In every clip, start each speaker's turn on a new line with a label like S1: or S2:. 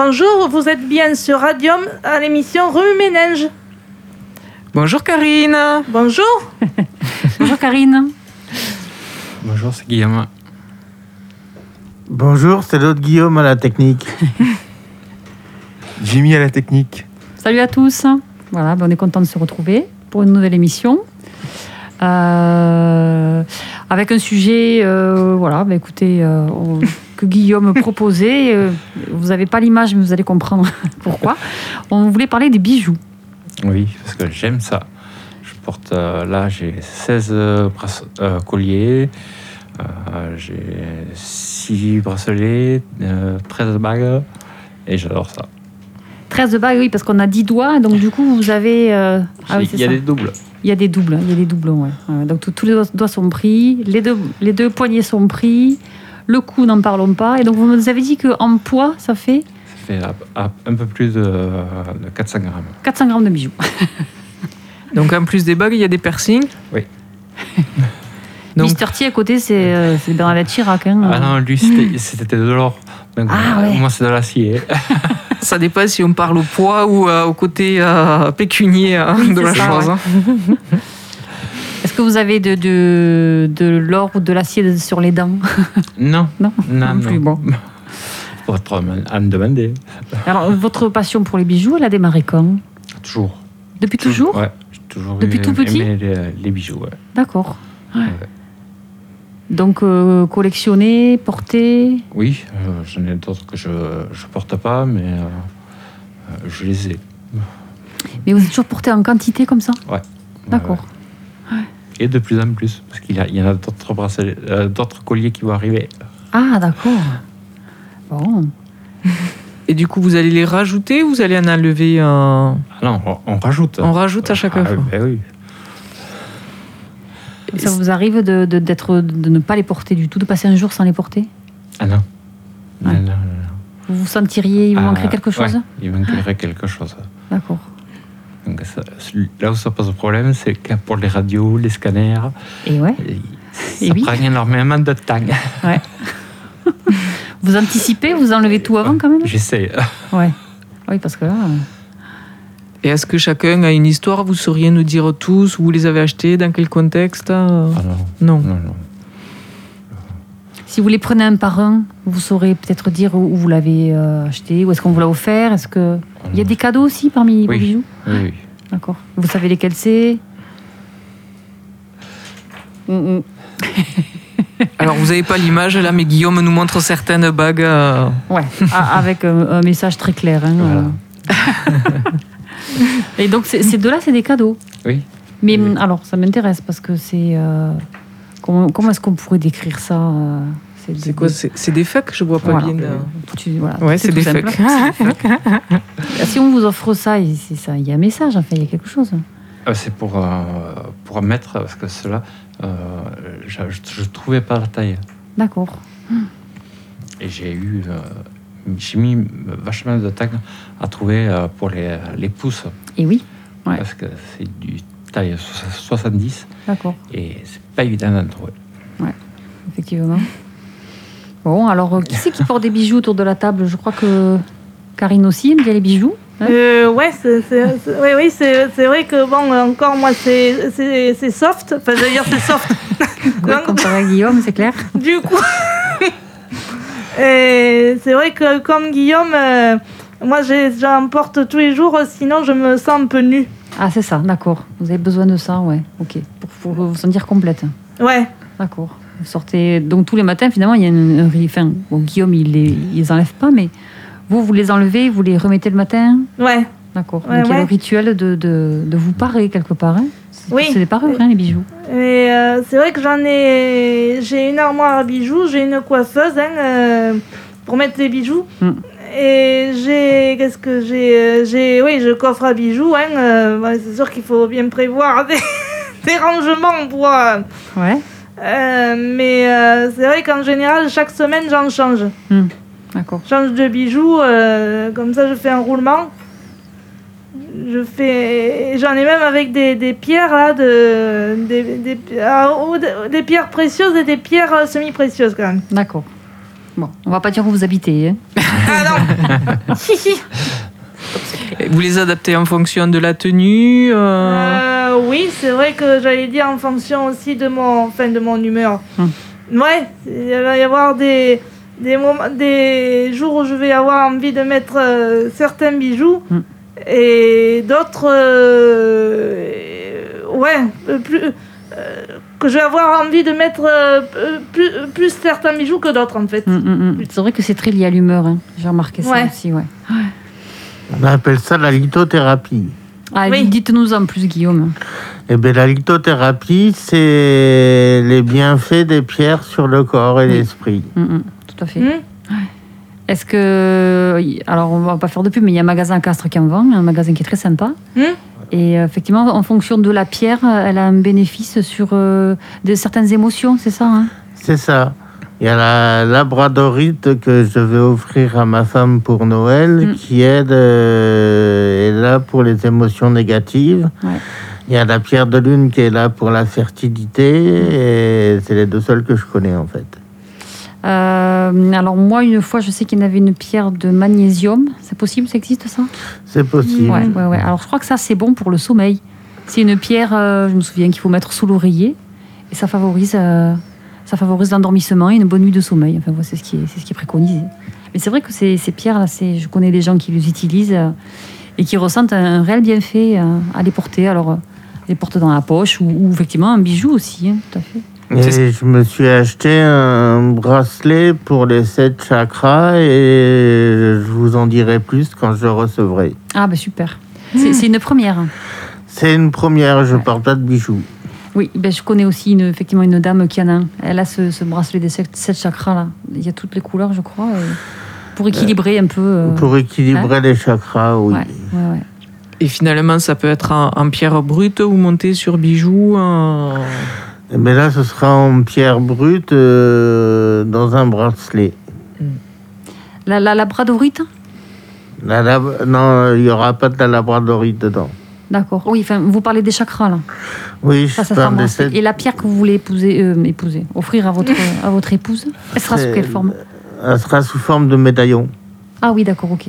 S1: Bonjour, vous êtes bien sur Radium à l'émission Rue Ménage.
S2: Bonjour Karine.
S1: Bonjour.
S3: Bonjour Karine.
S2: Bonjour, c'est Guillaume.
S4: Bonjour, c'est l'autre Guillaume à la technique.
S5: Jimmy à la technique.
S3: Salut à tous. Voilà, ben, on est content de se retrouver pour une nouvelle émission. Euh, avec un sujet, euh, voilà, ben, écoutez, euh, on- que Guillaume proposait. euh, vous n'avez pas l'image, mais vous allez comprendre pourquoi. On voulait parler des bijoux.
S5: Oui, parce que j'aime ça. Je porte, euh, là, j'ai 16 euh, brace- euh, colliers, euh, j'ai 6 bracelets, euh, 13 bagues, et j'adore ça.
S3: 13 de bagues, oui, parce qu'on a 10 doigts, donc du coup, vous avez. euh, ah oui,
S5: Il
S3: c'est
S5: y a
S3: ça.
S5: des doubles.
S3: Il y a des doubles, il y a des doublons, ouais. Ouais, Donc tout- tous les doigts- doigts sont pris, les deux, les deux poignets sont pris, le cou n'en parlons pas. Et donc vous nous avez dit qu'en poids, ça fait
S5: Ça fait à- à- un peu plus de, de 400 grammes.
S3: 400 grammes de bijoux.
S2: Donc en plus des bugs, il y a des piercings.
S5: Oui.
S2: Donc
S3: Mister T à côté, c'est euh, c'est Bernadette Chirac. hein.
S5: Ah non, lui, c'était c'était de l'or. Donc,
S3: Ah
S5: euh,
S3: ouais.
S5: moi, c'est de l'acier.
S2: ça dépend si on parle au poids ou euh, au côté euh, pécunier hein,
S3: Oui,
S2: de
S3: c'est
S2: la
S3: ça,
S2: chose.
S3: ouais.
S2: hein.
S3: Est-ce que vous avez de, de, de l'or ou de l'acier sur les dents
S5: Non,
S3: Non,
S5: non,
S3: non plus,
S5: non.
S3: bon.
S5: Votre homme à me demander.
S3: Alors votre passion pour les bijoux, elle a démarré quand
S5: Toujours.
S3: Depuis toujours
S5: Ouais, j'ai toujours
S3: Depuis
S5: eu-
S3: tout petit
S5: aimé les, les bijoux. ouais.
S3: D'accord. Donc euh, collectionner, porter,
S5: Oui, euh, j'en ai d'autres que je ne porte pas, mais euh, euh, je les ai.
S3: mais vous êtes toujours porté en quantité comme ça
S5: Ouais,
S3: D'accord.
S5: ouais. Et de plus en plus, parce qu'il y, a- il y en a d'autres bracelets, euh, d'autres colliers qui vont arriver.
S3: Ah, d'accord. Bon.
S2: Et du coup, vous allez les rajouter ou vous allez en enlever un
S5: Ah non, on, on
S3: Euh,
S5: rajoute.
S2: On rajoute à chaque
S5: Ah,
S2: fois.
S5: ben oui.
S3: Ça vous arrive de, de- d'être, de ne pas les porter du tout, de passer un jour sans les porter
S5: Ah non. Non,
S3: Ouais.
S5: non, non, non.
S3: Vous vous sentiriez, il vous
S5: Ah,
S3: manquerait quelque chose
S5: ouais, Il manquerait quelque chose.
S3: D'accord.
S5: Donc ça- là où ça pose problème, c'est que pour les radios, les scanners,
S3: Et ouais,
S5: et-
S3: Et
S5: ça
S3: oui.
S5: prend énormément de temps.
S3: vous anticipez, vous enlevez tout avant quand même
S5: J'essaie. Ah
S3: Ouais. Oui, parce que là, euh,
S2: Et est-ce que chacun a une histoire Vous sauriez nous dire tous où vous les avez achetés, dans quel contexte euh,
S5: Ah non,
S2: Non.
S5: non, non.
S3: si vous les prenez un par un, vous saurez peut-être dire où où vous l'avez euh, acheté, où est-ce qu'on vous l'a offert, est-ce que... Il y a des cadeaux aussi
S5: Oui.
S3: parmi vos bijoux
S5: Oui, oui.
S3: D'accord. Vous savez lesquels c'est Mm, mm.
S2: Alors, vous n'avez pas l'image là, mais Guillaume nous montre certaines bagues. euh,
S3: Ouais, a- avec un, un message très clair. hein,
S5: Voilà.
S3: euh. Et donc, c'est- ces deux-là, c'est des cadeaux.
S5: Oui.
S3: Mais mm,
S5: Oui.
S3: alors, ça m'intéresse parce que c'est. euh, comment comment est-ce qu'on pourrait décrire ça euh,
S2: C'est quoi C'est c'est des facs Je vois pas
S3: Voilà.
S2: bien. euh.
S3: Tu- voilà,
S2: Ouais, c'est
S3: tout
S2: des
S3: simple.
S2: facs.
S3: C'est des facs. Ah, si on vous offre ça, il c'est ça, il y a un message, enfin, il y a quelque chose.
S5: Ah, C'est pour, euh, pour mettre, parce que cela, euh, je ne trouvais pas la taille.
S3: D'accord.
S5: Et j'ai eu, euh, j'ai mis vachement de temps à trouver euh, pour les, les pouces,
S3: Et oui, Ouais.
S5: parce que c'est du taille so- 70
S3: d'accord,
S5: et c'est pas évident d'en trouver.
S3: effectivement. Bon, alors, euh, qui c'est qui porte des bijoux autour de la table Je crois que Karine aussi aime bien les bijoux. hein
S1: Euh, ouais, c'est, c'est- c'est- ouais, oui, c'est, c'est vrai que bon, encore moi, c'est, c'est, c'est soft. Enfin, je veux dire, c'est soft.
S3: Ouais,
S1: Donc,
S3: Comparé à Guillaume, c'est clair.
S1: du coup, et c'est vrai que comme Guillaume, euh, moi, j'ai- j'en porte tous les jours, sinon je me sens un peu nue.
S3: Ah, c'est ça, d'accord. Vous avez besoin de ça, ouais. Ok. Pour, pour vous sentir complète.
S1: Ouais.
S3: D'accord. Vous sortez. Donc tous les matins, finalement, il y a un, un ri- Enfin, bon, Guillaume, il les, il les enlève pas, mais vous, vous les enlevez, vous les remettez le matin.
S1: Ouais,
S3: D'accord.
S1: Ouais,
S3: Donc il y a
S1: ouais.
S3: le rituel de, de, de vous parer quelque part. hein. C'est-
S1: Oui.
S3: C'est des parures, hein, les bijoux.
S1: et euh, c'est vrai que j'en ai. J'ai une armoire à bijoux, j'ai une coiffeuse hein, euh, pour mettre les bijoux.
S3: Mm.
S1: Et j'ai. Qu'est-ce que j'ai euh, J'ai. Oui, je coffre à bijoux. Hein, euh, ouais, c'est sûr qu'il faut bien prévoir des, des rangements pour. euh,
S3: Ouais.
S1: euh, mais euh, c'est vrai qu'en général, chaque semaine, j'en change.
S3: D'accord.
S1: change de bijoux, euh, comme ça je fais un roulement. Je fais, et j'en ai même avec des, des pierres là, de, des, oh, des, ah, ou de- des pierres précieuses et des pierres euh, semi-précieuses quand même.
S3: D'accord. Bon, on va pas dire où vous habitez. hein.
S2: Et Vous les adaptez en fonction de la tenue euh,
S1: Euh, oui, c'est vrai que j'allais dire en fonction aussi de mon, enfin, de mon humeur. Ouais, il va y avoir des, des, moments, des jours où je vais avoir envie de mettre euh, certains bijoux
S3: Mm.
S1: et d'autres. euh, ouais, euh, plus. euh, que je vais avoir envie de mettre euh, euh, plus, plus certains bijoux que d'autres en fait.
S3: Hum, hum, hum. C'est vrai que c'est très lié à l'humeur. hein. J'ai remarqué ça
S1: Ouais.
S3: aussi. Ouais.
S4: On appelle ça la lithothérapie.
S3: Ah,
S1: Oui.
S3: Dites-nous en plus, Guillaume.
S4: Eh bien, la lithothérapie, c'est les bienfaits des pierres sur le corps et l'esprit.
S3: Hum, hum, Tout à fait.
S1: Hmm
S3: Est-ce que. Alors, on va pas faire de pub, mais il y a un magasin à Castres qui en vend, un magasin qui est très sympa.
S1: Hmm
S3: Et euh, effectivement, en fonction de la pierre, elle a un bénéfice sur euh, de certaines émotions, c'est ça hein
S4: C'est ça. Il y a la labradorite que je vais offrir à ma femme pour Noël,
S3: Mm.
S4: qui aide, euh, est là pour les émotions négatives.
S3: Ouais.
S4: Il y a la pierre de lune qui est là pour la fertilité, et c'est les deux seules que je connais en fait.
S3: Euh, alors moi, une fois, je sais qu'il y en avait une pierre de magnésium. C'est possible, ça existe ça
S4: C'est possible.
S3: ouais, ouais, ouais. Alors je crois que ça, c'est bon pour le sommeil. C'est une pierre, euh, je me souviens, qu'il faut mettre sous l'oreiller. Et ça favorise, euh, ça favorise l'endormissement et une bonne nuit de sommeil. Enfin, voilà, c'est ce, qui est- c'est ce qui est préconisé. Mais c'est vrai que ces, ces pierres-là, c'est- je connais des gens qui les utilisent euh, et qui ressentent un, un réel bienfait euh, à les porter. Alors, euh, les porter dans la poche ou, ou effectivement un bijou aussi, hein, tout à fait.
S4: Et je me suis acheté un bracelet pour les sept chakras et je vous en dirai plus quand je le recevrai.
S3: Ah, ben super. C'est c'est une première.
S4: C'est une première, je parle pas de bijoux.
S3: Oui, ben, je connais aussi une, effectivement une dame qui en a un. Elle a ce, ce bracelet des sept, sept chakras là. Il y a toutes les couleurs, je crois, euh, pour équilibrer un peu. euh,
S4: Pour équilibrer les chakras, oui.
S3: ouais, ouais, ouais.
S2: Et finalement, ça peut être en, en pierre brute ou monté sur bijoux. euh,
S4: Mais ben là, ce sera en pierre brute euh, dans un bracelet.
S3: La, la, la bradorite
S4: La lab- Non, il n'y aura pas de la labradorite dedans.
S3: D'accord. Oui, enfin, vous parlez des chakras là.
S4: Oui,
S3: Ça,
S4: je
S3: ça sera un
S4: parle des
S3: bracelet.
S4: sept.
S3: Et la pierre que vous voulez épouser, euh, épouser, offrir à votre, à votre épouse, elle sera sous
S4: C'est-
S3: quelle forme
S4: Elle sera sous forme de médaillon.
S3: Ah oui, d'accord, ok.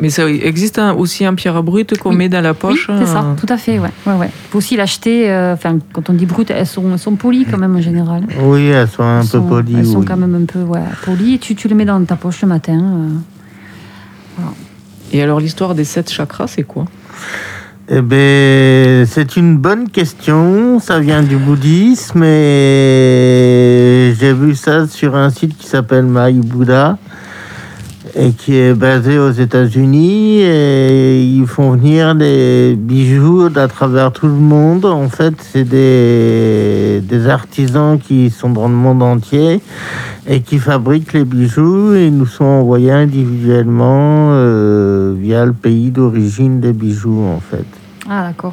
S2: Mais ça existe un- aussi en pierre brute qu'on
S3: Oui.
S2: met dans la
S3: Oui,
S2: poche.
S3: c'est ça,
S2: euh,
S3: tout à fait, ouais. ouais, ouais. Faut aussi l'acheter, euh, enfin, quand on dit brute, elles sont, elles sont polies quand même en général.
S4: Oui, elles sont un
S3: Elles
S4: peu
S3: sont-
S4: polies.
S3: Elles sont
S4: oui.
S3: quand même un peu ouais, polies. Et tu, tu les mets dans ta poche le matin. euh.
S2: Et alors, l'histoire des sept chakras, c'est quoi
S4: Eh bien, c'est une bonne question. Ça vient du bouddhisme et j'ai vu ça sur un site qui s'appelle My Buddha et qui est basé aux États-Unis. Et ils font venir des bijoux d'à travers tout le monde. En fait, c'est des, des artisans qui sont dans le monde entier et qui fabriquent les bijoux et nous sont envoyés individuellement euh, via le pays d'origine des bijoux en fait.
S3: Ah d'accord.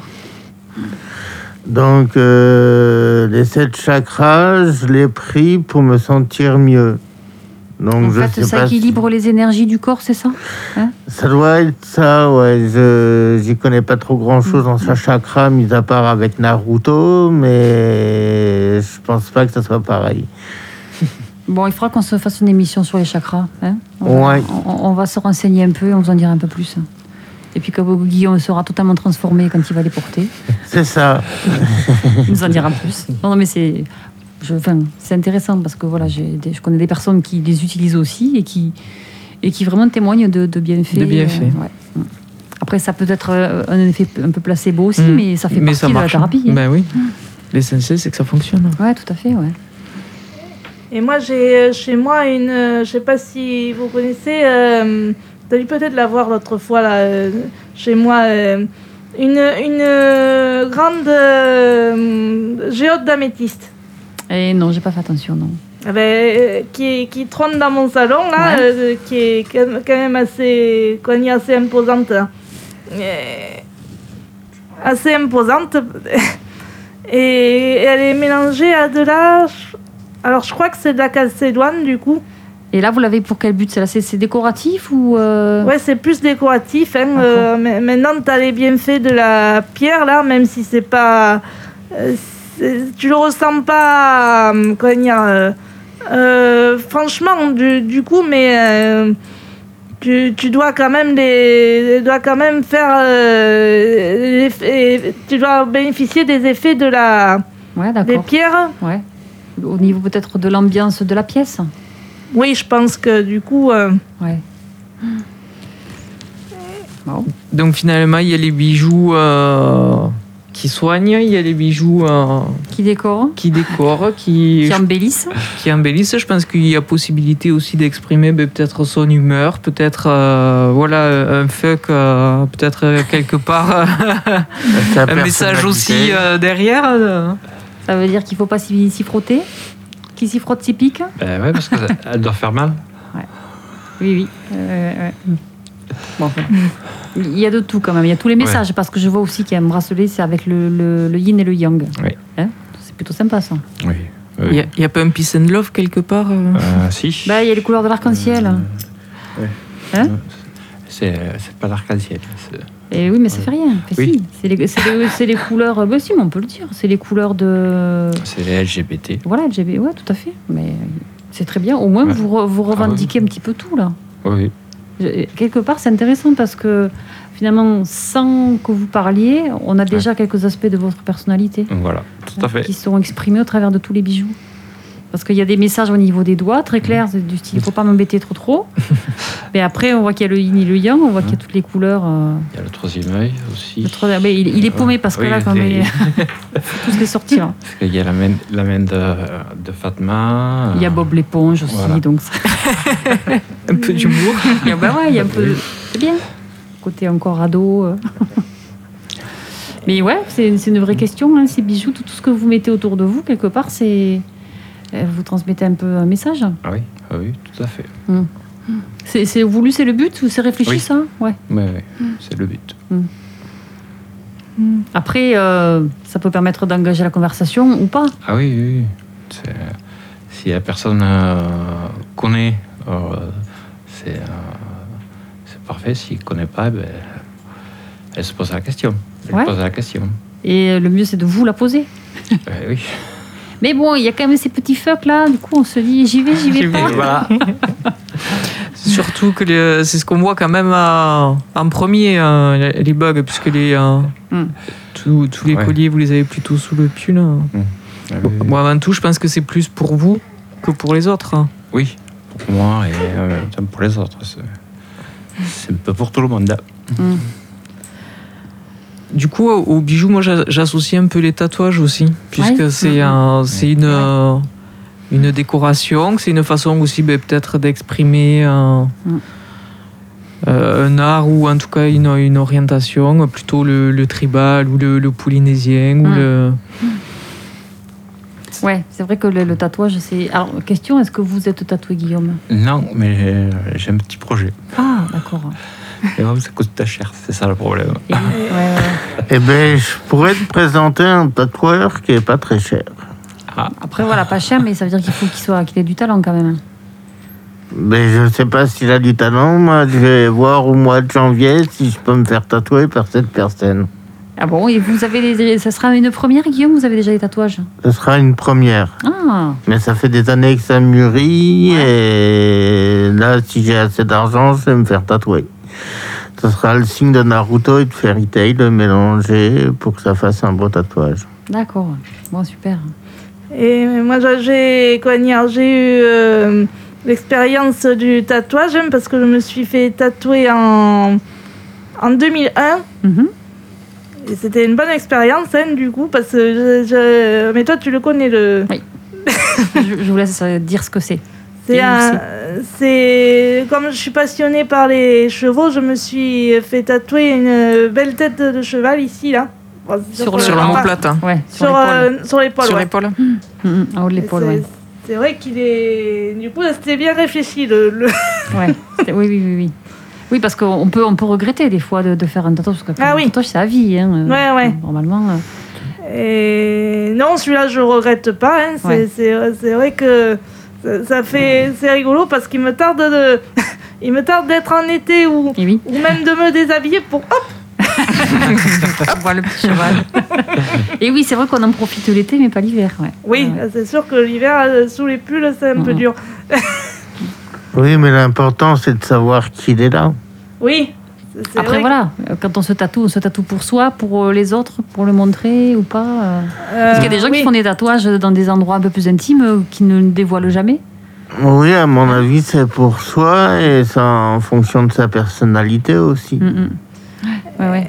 S4: Donc euh, les sept chakras, je les pris pour me sentir mieux. Donc
S3: En
S4: je
S3: fait,
S4: sais
S3: ça
S4: pas si-
S3: équilibre les énergies du corps, c'est ça
S4: Ça doit être ça, ouais. Je j'y connais pas trop grand chose en sa
S3: Mm.
S4: chakra, mis à part avec Naruto, mais je pense pas que ça soit pareil.
S3: Bon, il faudra qu'on se fasse une émission sur les chakras. hein. on, va-
S4: Ouais.
S3: on- on va se renseigner un peu et on vous en dira un peu plus. Et puis que Guillaume sera totalement transformé quand il va les porter.
S4: C'est ça.
S3: Il nous en dira plus. Non, non mais c'est... je- Enfin, c'est intéressant parce que voilà, j'ai des- je connais des personnes qui les utilisent aussi et qui, et qui vraiment témoignent de, de bienfaits.
S2: De bienfaits.
S3: ouais. Mm. Après, ça peut être euh, un effet un peu placebo aussi,
S2: Mm.
S3: mais ça fait partie de la
S2: marche.
S3: thérapie. hein.
S2: Ben oui. L'essentiel, c'est que ça fonctionne.
S3: Ouais, tout à fait, ouais.
S1: Et moi, j'ai euh, chez moi une. euh, je sais pas si vous connaissez. Euh, Vous allez peut-être la voir l'autre fois, là, euh, chez moi. euh, une une euh, grande euh, géote d'améthyste.
S3: Et non, j'ai pas fait attention, non.
S1: Ah ben, euh, qui, qui trône dans mon salon, là,
S3: Ouais.
S1: euh, qui est quand même- quand même assez, qu'on dit assez imposante. hein. Euh, assez imposante. Et elle est mélangée à de la... Alors, je crois que c'est de la calcédoine, du coup.
S3: Et là, vous l'avez pour quel but C'est là- C'est c'est décoratif ou euh,
S1: Ouais, c'est plus décoratif. hein, euh, mais- maintenant, tu as les bienfaits de la pierre, là, même si c'est pas. euh, c'est- tu le ressens pas. euh, comment dire, euh, Euh, franchement, du, du coup, mais euh, tu, tu dois quand même les, dois quand même faire, euh, les- et tu dois bénéficier des effets de la
S3: Ouais,
S1: des
S3: d'accord.
S1: pierres.
S3: Ouais. Au niveau peut-être de l'ambiance de la pièce.
S1: Oui, je pense que du coup, euh,
S3: Ouais. Bon.
S2: Donc finalement, il y a les bijoux euh, qui soignent, il y a les bijoux euh,
S3: Qui décore
S2: qui décorent, qui,
S3: Qui embellissent
S2: qui embellissent. Je pense qu'il y a possibilité aussi d'exprimer ben, peut-être son humeur, peut-être euh, voilà un fuck, euh, peut-être euh, quelque part euh,
S4: Sa
S2: un message
S4: personnalité.
S2: aussi euh, derrière. euh.
S3: Ça veut dire qu'il faut pas s'y s'y frotter Qui s'y frotte s'y pique
S5: Ben ouais, parce qu'elle doit faire mal.
S3: Oui, oui. Euh, ouais. Bon, enfin, Il y a de tout quand même, il y a tous les messages, parce que je vois aussi qu'il y a un bracelet, c'est avec le, le- le yin et le yang.
S5: Oui.
S3: Hein c'est plutôt sympa ça.
S5: Oui.
S2: Il n'y a, il y a pas un peace and love quelque part euh
S5: Euh, si.
S3: Bah, il y a les couleurs de l'arc-en-ciel.
S5: Euh, ouais.
S3: Hein
S5: c'est, c'est pas l'arc-en-ciel. c'est-
S3: Et oui, mais ça fait rien. Mais
S5: Oui.
S3: si, c'est les, c'est les- c'est les couleurs. Bah, si, mais on peut le dire. C'est les couleurs de.
S5: C'est les LGBT.
S3: Voilà, LGB. Ouais, tout à fait. Mais c'est très bien. Au moins,
S5: Ouais. Ah
S3: vous, re- vous
S5: ouais.
S3: revendiquez un petit peu tout, là.
S5: Oui.
S3: Je- Quelque part, c'est intéressant parce que finalement, sans que vous parliez, on a déjà quelques aspects de votre personnalité
S5: Voilà, tout à fait.
S3: qui sont exprimés au travers de tous les bijoux. Parce qu'il y a des messages au niveau des doigts, très clairs, c'est du style faut pas m'embêter trop trop. Mais après, on voit qu'il y a le yin et le yang, on voit qu'il y a toutes les couleurs. euh,
S5: Il y a le troisième œil aussi.
S3: le troisième- mais il, il est paumé parce que
S5: Oui,
S3: là, quand
S5: c'est-
S3: il faut tous les sortir.
S5: Parce qu'il y a la main, la main de, de Fatma.
S3: Il y a Bob l'éponge aussi,
S5: Voilà.
S3: donc ça.
S2: Un peu d'humour.
S3: Ah bah ouais, il y a un peu. C'est bien. Côté encore ado. euh. Mais ouais, c'est c'est une vraie question, hein, ces bijoux, tout, tout ce que vous mettez autour de vous, quelque part, c'est. euh, Vous transmettez un peu un message.
S5: Ah oui, ah oui, tout à fait.
S3: C'est c'est voulu, c'est le but ou c'est réfléchi
S5: Oui.
S3: ça Ouais.
S5: Oui, oui, c'est le but.
S3: Après, euh, ça peut permettre d'engager la conversation ou pas.
S5: Ah oui, oui, oui. C'est- euh, Si la personne euh, connaît, euh, c'est, euh, c'est parfait. S'il ne connaît pas, ben, elle se pose la question. Elle
S3: Ouais.
S5: pose la question.
S3: Et le mieux, c'est de vous la poser.
S5: Eh oui.
S3: Mais bon, il y a quand même ces petits fucks là, du coup, on se dit j'y vais, j'y vais pas.
S5: Voilà.
S2: Surtout que les- c'est ce qu'on voit quand même euh, en premier, euh, les- les bugs, puisque les, euh,
S3: Mm.
S2: tous- tous les
S5: Ouais.
S2: colliers, vous les avez plutôt sous le pull. hein.
S5: Ah oui,
S2: Bon,
S5: oui.
S2: moi, avant tout, je pense que c'est plus pour vous que pour les autres. hein.
S5: Oui, pour moi et euh, en même temps pour les autres. C'est c'est un peu pour tout le monde. hein.
S3: Mm.
S2: Du coup, aux bijoux, moi, j'a- j'associe un peu les tatouages aussi, puisque
S3: Ouais.
S2: c'est
S3: Mhm.
S2: un- c'est une, euh, une décoration, c'est une façon aussi ben, peut-être d'exprimer euh,
S3: Mm.
S2: euh, un art ou en tout cas une, une orientation, euh, plutôt le, le tribal ou le, le polynésien ou
S3: Mm.
S2: le...
S3: Ouais, c'est vrai que le, le tatouage, c'est. Alors, question, est-ce que vous êtes tatoué, Guillaume
S5: Non, mais euh, j'ai un petit projet.
S3: Ah, d'accord.
S5: Et moi, ça coûte très cher, c'est ça le problème.
S3: Et- ouais, ouais, ouais.
S4: Eh ben, je pourrais te présenter un tatoueur qui est pas très cher.
S3: Après, voilà, pas cher, mais ça veut dire qu'il faut qu'il soit, qu'il ait du talent quand même.
S4: Mais je sais pas s'il a du talent. Moi, je vais voir au mois de janvier si je peux me faire tatouer par cette personne.
S3: Ah bon Et vous avez les, ça sera une première, Guillaume Vous avez déjà les tatouages
S4: Ce sera une première.
S3: Ah,
S4: Mais ça fait des années que ça mûrit. Et là, si j'ai assez d'argent, je vais me faire tatouer. Ce sera le signe de Naruto et de Fairy Tail mélangé pour que ça fasse un beau tatouage.
S3: d'accord. Bon, super.
S1: et moi j'ai- j'ai quoi dire, j'ai eu euh, l'expérience du tatouage hein, parce que je me suis fait tatouer en en 2001.
S3: Mhm.
S1: Et C'était une bonne expérience, hein, du coup, parce que. je- je- Mais toi, tu le connais, le.
S3: je, je vous laisse euh, dire ce que c'est. Et
S1: C'est
S3: où
S1: un- c'est- Comme je suis passionnée par les chevaux, je me suis fait tatouer une belle tête de cheval ici, là. Bon, c'est
S3: Sur le-
S2: Sur
S1: enfin,
S2: l'omoplate, hein.
S3: Ouais, sur,
S1: Sur
S3: l'épaule.
S1: euh, sur l'épaule.
S2: sur
S1: ouais.
S2: l'épaule.
S3: Mm, mm, en haut de l'épaule,
S1: C'est-
S3: ouais.
S1: C'est vrai qu'il est. Du coup, là, c'était bien réfléchi, le. le-
S3: ouais. C'est- Oui, oui, oui, oui. Oui, parce qu'on peut, on peut regretter des fois de, de faire un tatouage, parce que
S1: Ah
S3: un
S1: oui.
S3: tatouage, c'est à vie. Hein. euh,
S1: Ouais, ouais.
S3: Normalement. euh,
S1: Et non, celui-là, je regrette pas. hein. C'est
S3: Ouais.
S1: c'est- c'est vrai que ça, ça fait. C'est rigolo parce qu'il me tarde de. Il me tarde d'être en été ou.
S3: Et oui.
S1: ou même de me déshabiller pour hop
S3: On voit le petit cheval. Et oui, c'est vrai qu'on en profite l'été, mais pas l'hiver. ouais.
S1: Oui,
S3: Ouais.
S1: c'est sûr que l'hiver, euh, sous les pulls, c'est un peu
S3: Mhm.
S1: dur.
S4: Oui, mais l'important, c'est de savoir qu'il est là.
S1: Oui. c'est- c'est
S3: Après,
S1: vrai
S3: voilà, euh, quand on se tatoue, on se tatoue pour soi, pour euh, les autres, pour le montrer ou pas. euh.
S1: que,
S3: Parce qu'il y
S1: euh,
S3: a des gens
S1: oui.
S3: qui font des tatouages dans des endroits un peu plus intimes euh, qui ne le dévoilent jamais.
S4: Oui, à mon avis, c'est pour soi et c'est en fonction de sa personnalité aussi.
S3: Mm, mm. Ouais, ouais.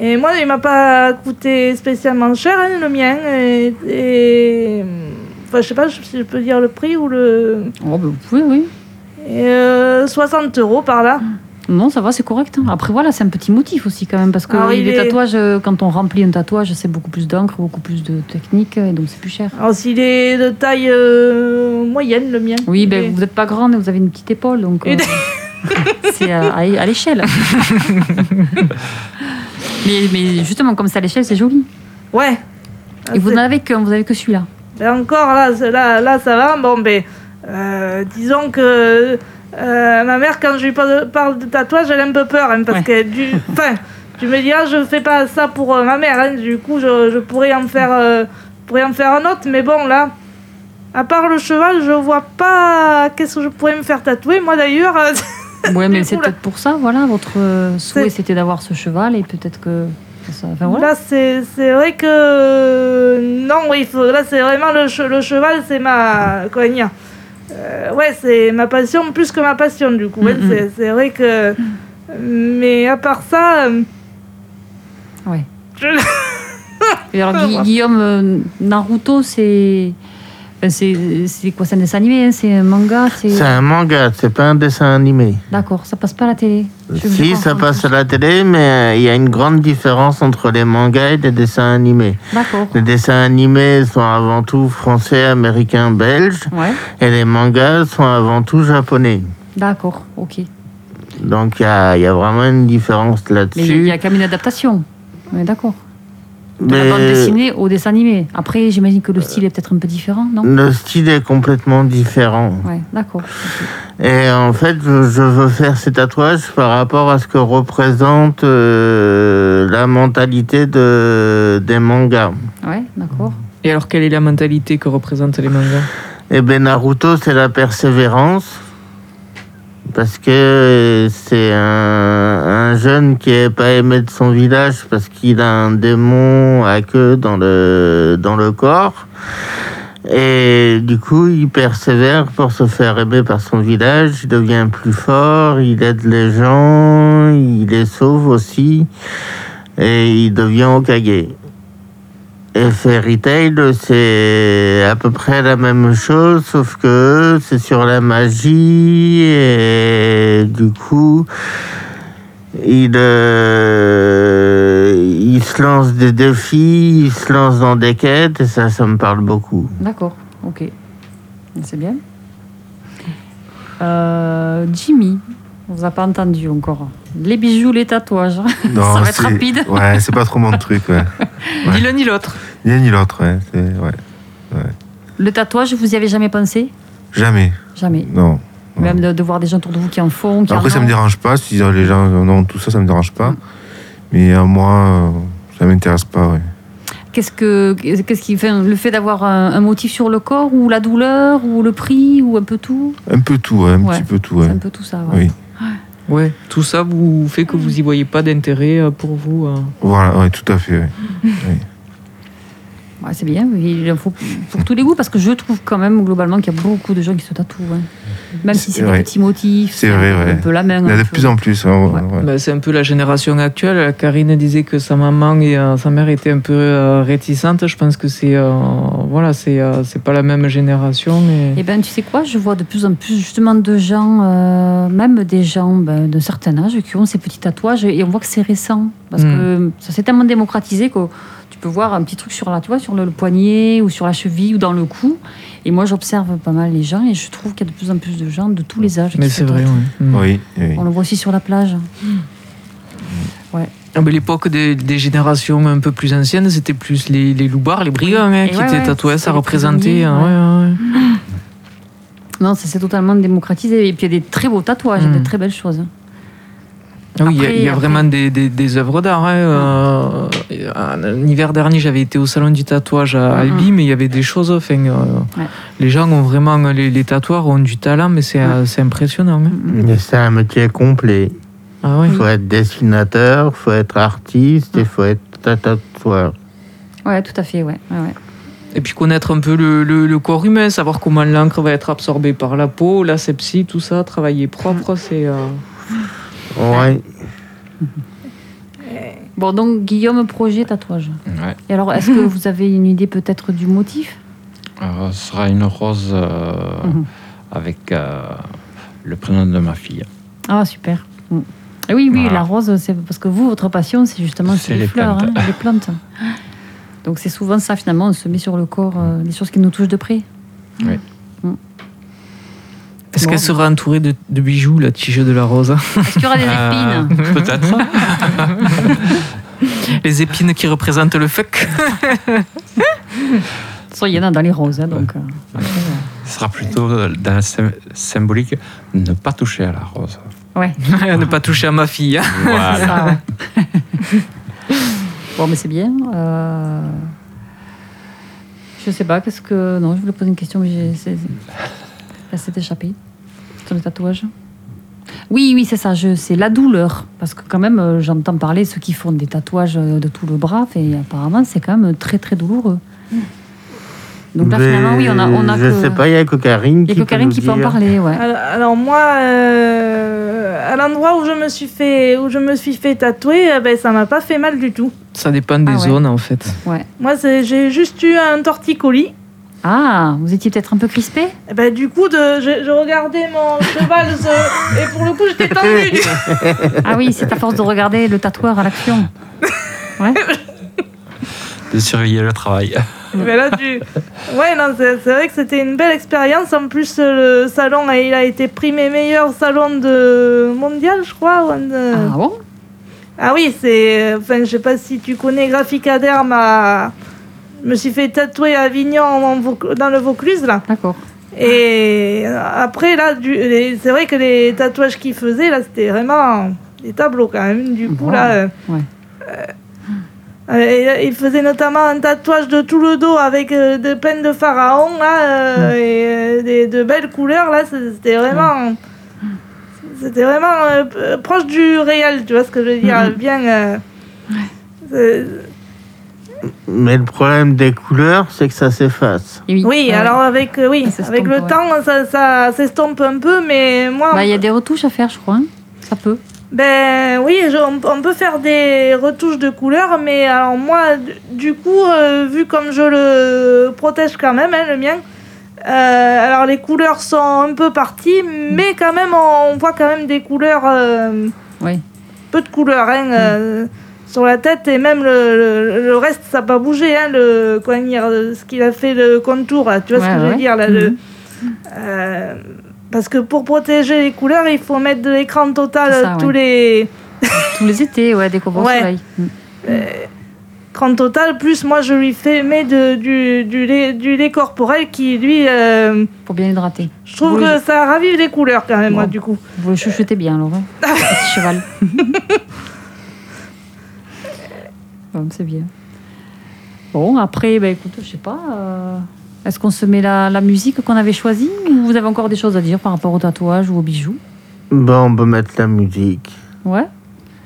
S1: Et moi, il m'a pas coûté spécialement cher, hein, le mien. Et, et, enfin, je sais pas si je peux dire le prix ou le.
S3: Oh, ben, vous pouvez, oui.
S1: Et, euh, 60 euros par là.
S3: Non, ça va, c'est correct. hein. Après, voilà, c'est un petit motif aussi quand même, parce que
S1: Alors, il
S3: les
S1: est-
S3: tatouages, euh, quand on remplit un tatouage, c'est beaucoup plus d'encre, beaucoup plus de technique, euh, et donc c'est plus cher.
S1: Alors, s'il est de taille euh, moyenne, le mien.
S3: Oui,
S1: il
S3: ben,
S1: est-
S3: vous n'êtes pas grande, vous avez une petite épaule, donc
S1: Et
S3: euh, c'est euh, à, à- à l'échelle. mais, mais justement, comme c'est à l'échelle, c'est joli.
S1: Ouais. Ah,
S3: Et vous
S1: c'est-
S3: n'en avez qu'un, vous n'avez que celui-là.
S1: Ben, encore, là, c'est- là, là, ça va. Bon, ben, euh, disons que. euh, ma mère, quand je lui parle parle de tatouage, elle a un peu peur, hein, parce que
S3: Ouais.
S1: du, enfin, tu me dis, ah, je fais pas ça pour euh, ma mère, hein, du coup, je, je pourrais en faire, euh, je pourrais en faire un autre, mais bon, là, à part le cheval, je vois pas qu'est-ce que je pourrais me faire tatouer. Moi, d'ailleurs, euh,
S3: Ouais, mais
S1: Du
S3: c'est
S1: coup, là-
S3: peut-être pour ça, voilà, votre euh, souhait
S1: C'est-
S3: c'était d'avoir ce cheval, et peut-être que. ça- Enfin, voilà.
S1: Là, c'est c'est vrai que. euh, Non, oui, il faut... là, c'est vraiment le, che- le cheval, c'est ma. Comment dire Euh, Ouais, c'est ma passion plus que ma passion, du coup. Ouais,
S3: Mm, mm.
S1: c'est- C'est vrai que. Mais à part ça. euh,
S3: Ouais.
S1: je-
S3: Et alors, Gui- Guillaume, euh, Naruto, c'est. ben, C'est c'est quoi C'est un dessin animé hein, C'est un manga c'est-
S4: C'est un manga, c'est pas un dessin animé.
S3: D'accord, ça passe pas à la télé. Je suis obligée
S4: Si,
S3: de
S4: ça
S3: comprendre.
S4: passe à la télé, mais euh, il y a une grande différence entre les mangas et les dessins animés.
S3: D'accord.
S4: Les dessins animés sont avant tout français, américains, belges,
S3: Ouais,
S4: et les mangas sont avant tout japonais.
S3: d'accord, ok.
S4: Donc il y a, il y a vraiment une différence
S3: Mais il y
S4: là-dessus.
S3: a quand même une adaptation. Ouais, d'accord. De
S4: Mais
S3: la bande dessinée au dessin animé. Après, j'imagine que le style est peut-être un peu différent, non
S4: le style est complètement différent.
S3: Ouais, d'accord.
S4: Et en fait, je je veux faire ces tatouages par rapport à ce que représente euh, la mentalité de, des mangas.
S3: Ouais, d'accord.
S2: Et alors, quelle est la mentalité que représentent les mangas
S4: Et ben Naruto, c'est la persévérance. Parce que c'est un, un jeune qui est pas aimé de son village parce qu'il a un démon à queue dans le, dans le corps. Et du coup, il persévère pour se faire aimer par son village, il devient plus fort, il aide les gens, il les sauve aussi, et il devient Okage. Et Fairy Tail, c'est à peu près la même chose, sauf que c'est sur la magie et du coup, il, euh, il se lance des défis, il se lance dans des quêtes et ça, ça me parle beaucoup.
S3: D'accord, ok. C'est bien. Euh, Jimmy, on vous a pas entendu encore. Les bijoux, les tatouages.
S6: Non,
S3: Ça va être
S6: c'est-
S3: rapide.
S6: Ouais, c'est pas trop mon truc. Ouais. Ouais.
S2: Ni l'un ni l'autre.
S6: Ni l'un ni l'autre, ouais, c'est- ouais.
S3: Le tatouage, vous y avez jamais pensé
S6: Jamais,
S3: Jamais.
S6: non. non. Bah,
S3: Même de, de voir des gens autour de vous qui en font, qui
S6: Après,
S3: en
S6: ça
S3: ont.
S6: me dérange pas. Si euh, les gens en ont tout ça, ça me dérange pas. Mais à moi, euh, ça m'intéresse pas, ouais.
S3: Qu'est-ce que qu'est-ce qui fait le fait d'avoir un, un motif sur le corps ou la douleur ou le prix ou un peu tout
S6: Un peu tout, ouais, un
S3: Ouais.
S6: petit peu tout, ouais.
S3: C'est un peu tout ça. ouais.
S6: Oui,
S2: Ouais, tout ça vous fait
S3: Mm.
S2: que vous y voyez pas d'intérêt euh, pour vous. euh.
S6: voilà, ouais, tout à fait, ouais.
S3: Ouais, c'est bien. oui, Il en faut pour tous les goûts parce que je trouve quand même globalement qu'il y a beaucoup de gens qui se tatouent. hein. Même si
S6: C'est
S3: c'est des
S6: vrai.
S3: petits motifs.
S6: C'est vrai, ouais.
S3: Un peu la main.
S6: Il y en
S3: un
S6: a de
S3: peu.
S6: plus en plus. hein, ouais, ouais.
S2: Bah, c'est un peu la génération actuelle. Karine disait que sa maman et euh, sa mère étaient un peu euh, réticentes. Je pense que c'est euh, voilà, c'est euh, c'est pas la même génération.
S3: Eh
S2: Mais...
S3: ben, tu sais quoi, je vois de plus en plus justement de gens, euh, même des gens ben, d'un certain âge, qui ont ces petits tatouages et on voit que c'est récent. Parce
S2: Mm.
S3: que ça s'est tellement démocratisé que tu peux voir un petit truc sur, la, tu vois, sur le, le poignet ou sur la cheville ou dans le cou. Et moi, j'observe pas mal les gens et je trouve qu'il y a de plus en plus de gens de tous les âges. qui
S2: Mais
S3: se
S2: c'est vrai.
S3: tatouent.
S2: ouais. Mm.
S6: Oui, oui.
S3: On le voit aussi sur la plage.
S2: Ah, mais L'époque des, des générations un peu plus anciennes, c'était plus les, les loubards, les brigands hein,
S3: Et
S2: qui
S3: ouais,
S2: étaient
S3: ouais,
S2: tatoués.
S3: c'était
S2: Ça
S3: les
S2: représentait.
S3: prisonniers,
S2: hein, ouais, ouais, ouais.
S3: Non, ça s'est totalement démocratisé. Et puis il y a des très beaux tatouages,
S2: Mm.
S3: des très belles choses.
S2: Ah oui, il y a- il y, a
S3: Après-
S2: vraiment des, des- des œuvres d'art. hein, euh, euh, L'hiver dernier, j'avais été au salon du tatouage à
S3: Mhm.
S2: Albi, mais il y avait des choses. Enfin, euh,
S3: Ouais.
S2: Les gens ont vraiment, euh, les, les tatoueurs ont du talent, mais c'est euh, c'est impressionnant. hein.
S4: Mais C'est un métier complet.
S2: Ah ouais.
S4: Il faut être dessinateur, il faut être artiste et il faut être tatoueur.
S3: Ouais, tout à fait, ouais. ouais, ouais.
S2: Et puis connaître un peu le, le- le corps humain, savoir comment l'encre va être absorbée par la peau, la sepsie, tout ça, travailler propre, c'est. euh,
S4: Ouais.
S3: Bon, donc Guillaume, projet tatouage.
S5: Ouais.
S3: Et alors, est-ce que vous avez une idée peut-être du motif
S5: Euh, ce sera une rose euh,
S3: Mhm.
S5: avec euh, le prénom de ma fille.
S3: Ah, super. Mm. Et oui, oui,
S5: Voilà.
S3: la rose, c'est parce que vous, votre passion, c'est justement c'est
S5: C'est
S3: les,
S5: les
S3: fleurs,
S5: plantes.
S3: hein, les plantes. Donc c'est souvent ça, finalement, on se met sur le corps euh, des choses qui nous touchent de près.
S2: Est-ce
S3: Bon.
S2: qu'elle sera entourée de, de bijoux, la tige de la rose hein
S3: Est-ce qu'il y aura des
S5: Euh,
S3: épines
S5: Peut-être.
S2: Les épines qui représentent le fuck
S3: De toute façon, Il y en a dans les roses, hein, donc. euh, après, euh,
S5: Ce sera plutôt dans la sym- symbolique ne pas toucher à la rose.
S3: ouais,
S2: Ne pas toucher à ma fille. hein.
S3: c'est
S5: Voilà.
S3: ça. ouais. bon, mais c'est bien. euh, Je sais pas, qu'est-ce que. Non, je voulais poser une question, mais j'ai. c'est- c'est- Elle s'est échappée. Sur le tatouage. Oui, oui, c'est ça, je... c'est la douleur. Parce que, quand même, euh, j'entends parler ceux qui font des tatouages euh, de tout le bras, et apparemment, c'est quand même très, très douloureux. Donc là,
S4: Mais
S3: finalement, oui, on a, on a
S4: je
S3: que.
S4: sais pas, il y a que Karine
S3: Il
S4: qui
S3: n'y a que Karine
S4: nous
S3: qui peut en
S4: dire.
S3: parler, ouais.
S1: Alors, alors moi, euh, à l'endroit où je me suis fait, où je me suis fait tatouer, euh, ben, ça m'a pas fait mal du tout.
S2: Ça dépend des
S3: Ah ouais.
S2: zones en fait.
S1: Moi, c'est- j'ai juste eu un torticolis.
S3: Ah, vous étiez peut-être un peu crispé
S1: Et ben, du coup, de, je, je regardais mon cheval se- et pour le coup, j'étais tendue. du coup.
S3: Ah oui, c'est à force de regarder le tatoueur à l'action.
S5: De surveiller le travail.
S1: Mais là, tu- Ouais, non, c'est c'est vrai que c'était une belle expérience. En plus, euh, le salon, euh, il a été primé meilleur salon de mondial, je crois. ou un de-
S3: Ah bon
S1: Ah oui, c'est. Enfin, je sais pas si tu connais Graphicaderm à. Je me suis fait tatouer à Avignon en Vauc- dans le Vaucluse, là.
S3: D'accord.
S1: Et euh, après, là, du- les- c'est vrai que les tatouages qu'ils faisaient, là, c'était vraiment des tableaux quand même. Du coup,
S3: Wow.
S1: là. euh,
S3: Ouais.
S1: euh, et- et il faisait notamment un tatouage de tout le dos avec euh, des peines de pharaon, là, euh, et euh, des, de belles couleurs, là, c'est- c'était vraiment. C'était vraiment euh, p- euh, proche du réel, tu vois ce que je veux dire
S3: Mhm.
S1: Bien. euh, c'est-
S4: Mais le problème des couleurs, c'est que ça s'efface.
S3: Et
S1: oui,
S3: Ouais.
S1: alors avec, euh, oui,
S3: Ça s'estompe,
S1: avec le
S3: ouais.
S1: temps, ça, ça s'estompe un peu, mais moi.
S3: Bah, Il y a des retouches à faire, je crois. hein. Ça peut.
S1: Ben oui, je- on, on peut faire des retouches de couleurs, mais alors moi, du- du coup, euh, vu comme je le protège quand même, hein, le mien, euh, alors les couleurs sont un peu parties, mais quand même, on, on voit quand même des couleurs, euh,
S3: Oui. Mm.
S1: peu de couleurs, hein, euh, sur la tête, et même le, le- le reste, ça n'a pas bougé, hein, le, comment dire, euh, ce qu'il a fait le contour, là, tu vois
S3: Ouais,
S1: ce que je
S3: ouais.
S1: veux dire, là, le-
S3: Mhm.
S1: euh, parce que pour protéger les couleurs, il faut mettre de l'écran total euh,
S3: C'est ça,
S1: tous
S3: ouais.
S1: les
S3: Tous les étés, ouais, dès qu'on va au
S1: Ouais.
S3: soleil. Mm.
S1: écrans total. Plus moi, je lui fais mais de, du, du, lait, du lait corporel qui, lui, euh,
S3: Pour bien hydrater.
S1: je trouve
S3: Oui.
S1: que ça ravive les couleurs quand même, moi,
S3: Bon.
S1: du coup.
S3: Vous le chouchoutez bien, alors. hein. Petit cheval. Bon, c'est bien. Bon, après, bah, écoute, je sais pas. euh, Est-ce qu'on se met la, la musique qu'on avait choisie ou vous avez encore des choses à dire par rapport au tatouage ou aux bijoux
S4: Bon, on peut mettre la musique.
S3: Ouais.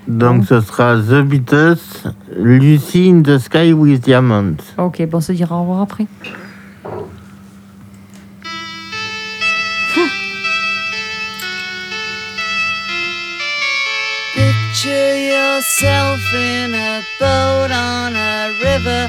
S4: Donc
S3: Bon.
S4: ce sera The Beatles, Lucy in the Sky with Diamonds.
S3: Ok, bon, on se dira au revoir après.
S7: Picture yourself in a boat on a river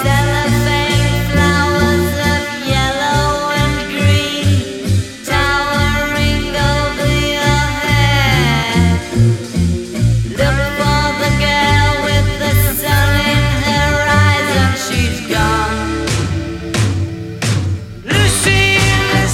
S7: Cellophane flowers of yellow and green, towering over your head. Look for the girl with the sun in her eyes, and she's gone. Lucy in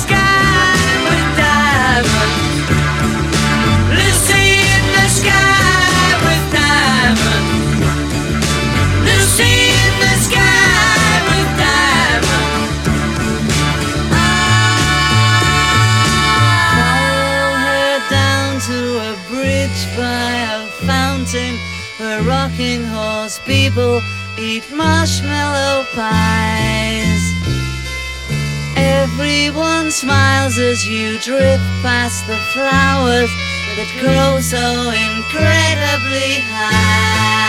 S7: mountain where rocking horse people eat marshmallow pies. Everyone smiles as you drift past the flowers that grow so incredibly high.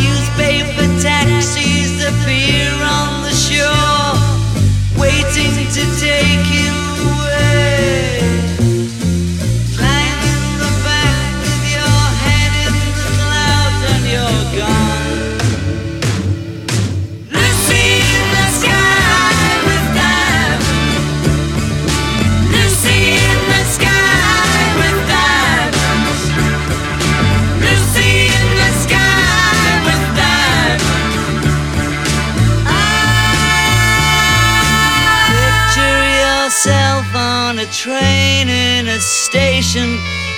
S7: Newspaper taxis appear on the shore, waiting to take you away. Climb in the back with your head in the clouds and you're gone. Lucy in the sky with diamonds. Lucy in the sky with diamonds. Lucy in the sky with diamonds. Picture yourself on a train in a station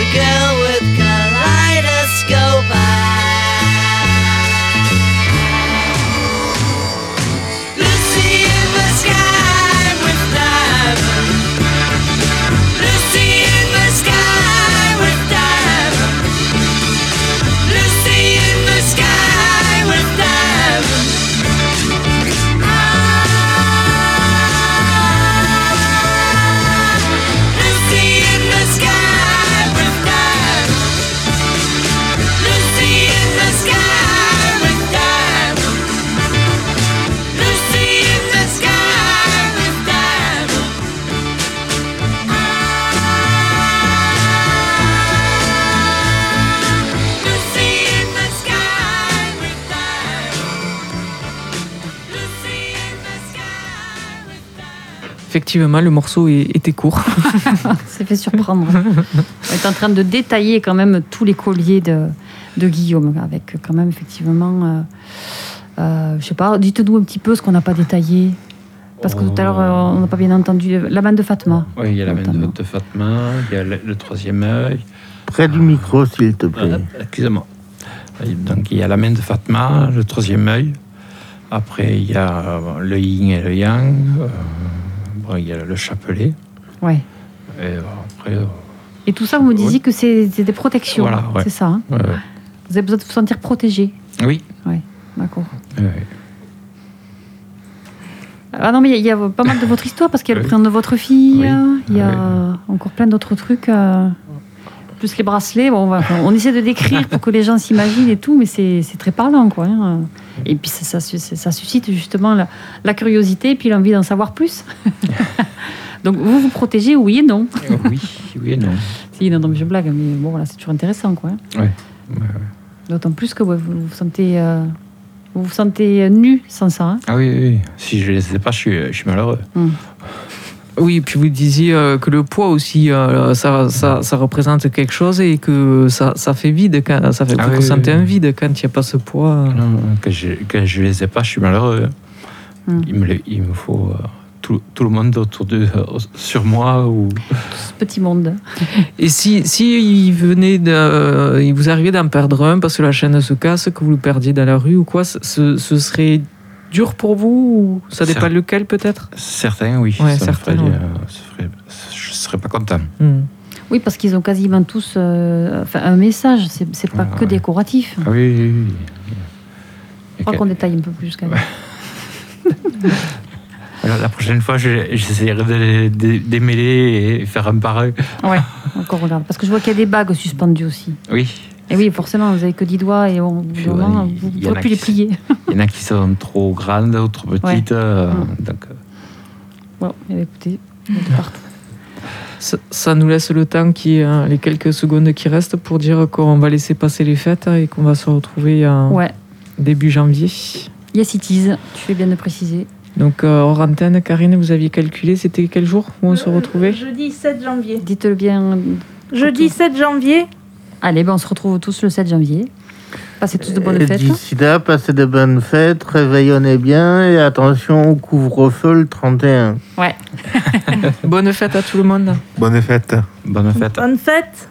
S7: the girl with kaleidoscope eyes. Lucy in the sky with diamonds. Lucy in the sky with diamonds. Lucy in the sky with diamonds. Ah. Lucy in the sky with diamonds. Lucy in the sky with diamonds. Lucy in the sky with diamonds. Lucy in the sky with diamonds. Lucy in the sky with diamonds.
S2: Effectivement, le morceau est- était court.
S3: s'est fait surprendre. On est en train de détailler quand même tous les colliers de, de Guillaume, avec quand même effectivement, euh, euh, je sais pas, dites-nous un petit peu ce qu'on n'a pas détaillé. Parce que tout à l'heure, euh, on n'a pas bien entendu la main de Fatma.
S5: Oui, il y a la main de,
S3: Notamment.
S5: de Fatma, il y a le, le troisième œil.
S4: Près du micro, s'il te plaît.
S5: Ah, Excusez-moi. Donc il y a la main de Fatma, le troisième œil. Après, il y a euh, le yin et le yang. Euh, bon, il y a le chapelet.
S3: Ouais.
S5: Et euh, après, euh,
S3: Et tout ça, vous me disiez que c'est c'est des protections.
S5: Voilà, ouais.
S3: C'est ça. hein
S5: euh,
S3: vous avez besoin de vous sentir protégé.
S5: oui.
S3: D'accord.
S5: Euh,
S3: Ah non, mais il y, a- il y a pas mal de votre histoire, parce qu'il y a le
S5: Oui.
S3: prénom de votre fille,
S5: Oui. Ah
S3: il y a encore plein d'autres trucs. euh, Plus les bracelets, bon, on, va- on essaie de décrire pour que les gens s'imaginent et tout, mais c'est c'est très parlant. Quoi, hein. Et puis ça, ça sus- ça suscite justement la, la curiosité et puis l'envie d'en savoir plus. Donc vous vous protégez, oui et non.
S5: oui, oui et non.
S3: Si, non, non, mais je blague, mais bon, voilà, c'est toujours intéressant. quoi. hein.
S5: Ouais. Ouais, ouais.
S3: D'autant plus que ouais, vous vous sentez, euh, vous vous sentez nu sans ça. hein.
S5: Ah oui, oui, oui. Si je ne les ai pas, je suis, euh, je suis malheureux.
S2: Oui, puis vous disiez euh, que le poids aussi, euh, ça, ça, ça représente quelque chose et que ça, ça fait vide, quand, ça fait
S5: Ah
S2: vous
S5: oui,
S2: ressentez
S5: oui,
S2: un
S5: oui.
S2: vide quand il n'y a pas ce poids.
S5: Non, non, quand je ne les ai pas, je suis malheureux.
S3: Hmm.
S5: Il, me, le- il me faut euh, tout, tout le monde autour de, euh, sur moi. Ou...
S3: Tout ce petit monde.
S2: Et si, si il venait de, il vous arrivait d'en perdre un parce que la chaîne se casse, que vous le perdiez dans la rue ou quoi, ce- ce, ce serait dur pour vous ou ça
S5: C'est-
S2: dépend lequel peut-être
S5: Certains, oui.
S2: Ouais,
S5: ça me
S2: certains,
S5: ferait,
S2: ouais.
S5: euh, ça ferait- je ne serais pas content.
S2: Hmm.
S3: Oui, parce qu'ils ont quasiment tous euh, enfin, un message, c'est c'est pas
S5: Ouais,
S3: que
S5: ouais.
S3: décoratif.
S5: Ah oui, oui, oui.
S3: Je crois
S5: Ok.
S3: qu'on détaille un peu plus quand même.
S5: Alors, la prochaine fois, je- j'essaierai de les dé- démêler et faire un par un.
S3: Ouais, encore regarde. Parce que je vois qu'il y a des bagues suspendues aussi.
S5: Oui,
S3: Et oui, forcément, vous avez que 10 doigts et on,
S5: Puis,
S3: vraiment,
S5: ouais,
S3: vous
S5: il
S3: ne
S5: y en
S3: pourrez
S5: a
S3: plus les
S5: qui se-
S3: plier.
S5: il y en a qui sont trop grandes, d'autres petites. euh,
S2: Hmm.
S3: Mm.
S5: donc, euh,
S3: Bon, mais écoutez, il y en a de partout.
S2: Ça, ça nous laisse le temps, qui, hein, les quelques secondes qui restent pour dire qu'on va laisser passer les fêtes et qu'on va se retrouver en
S3: Ouais,
S2: début janvier.
S3: yes it is, tu fais bien de préciser.
S2: Donc, euh, hors antenne, Karine, vous aviez calculé, c'était quel jour où on se
S1: Euh,
S2: retrouvait
S1: Jeudi 7 janvier.
S3: Dites-le bien.
S1: Jeudi 7 janvier.
S3: Allez, ben, on se retrouve tous le 7 janvier. Passez tous de bonnes
S5: Euh,
S4: Et
S3: fêtes. hein
S4: D'ici là, passez de bonnes fêtes, réveillonnez bien et attention au couvre-feu le 31.
S2: Bonne fête à tout le monde
S6: Bonne fête.
S2: Hmm.
S5: bonne fête.
S1: Bonne fête.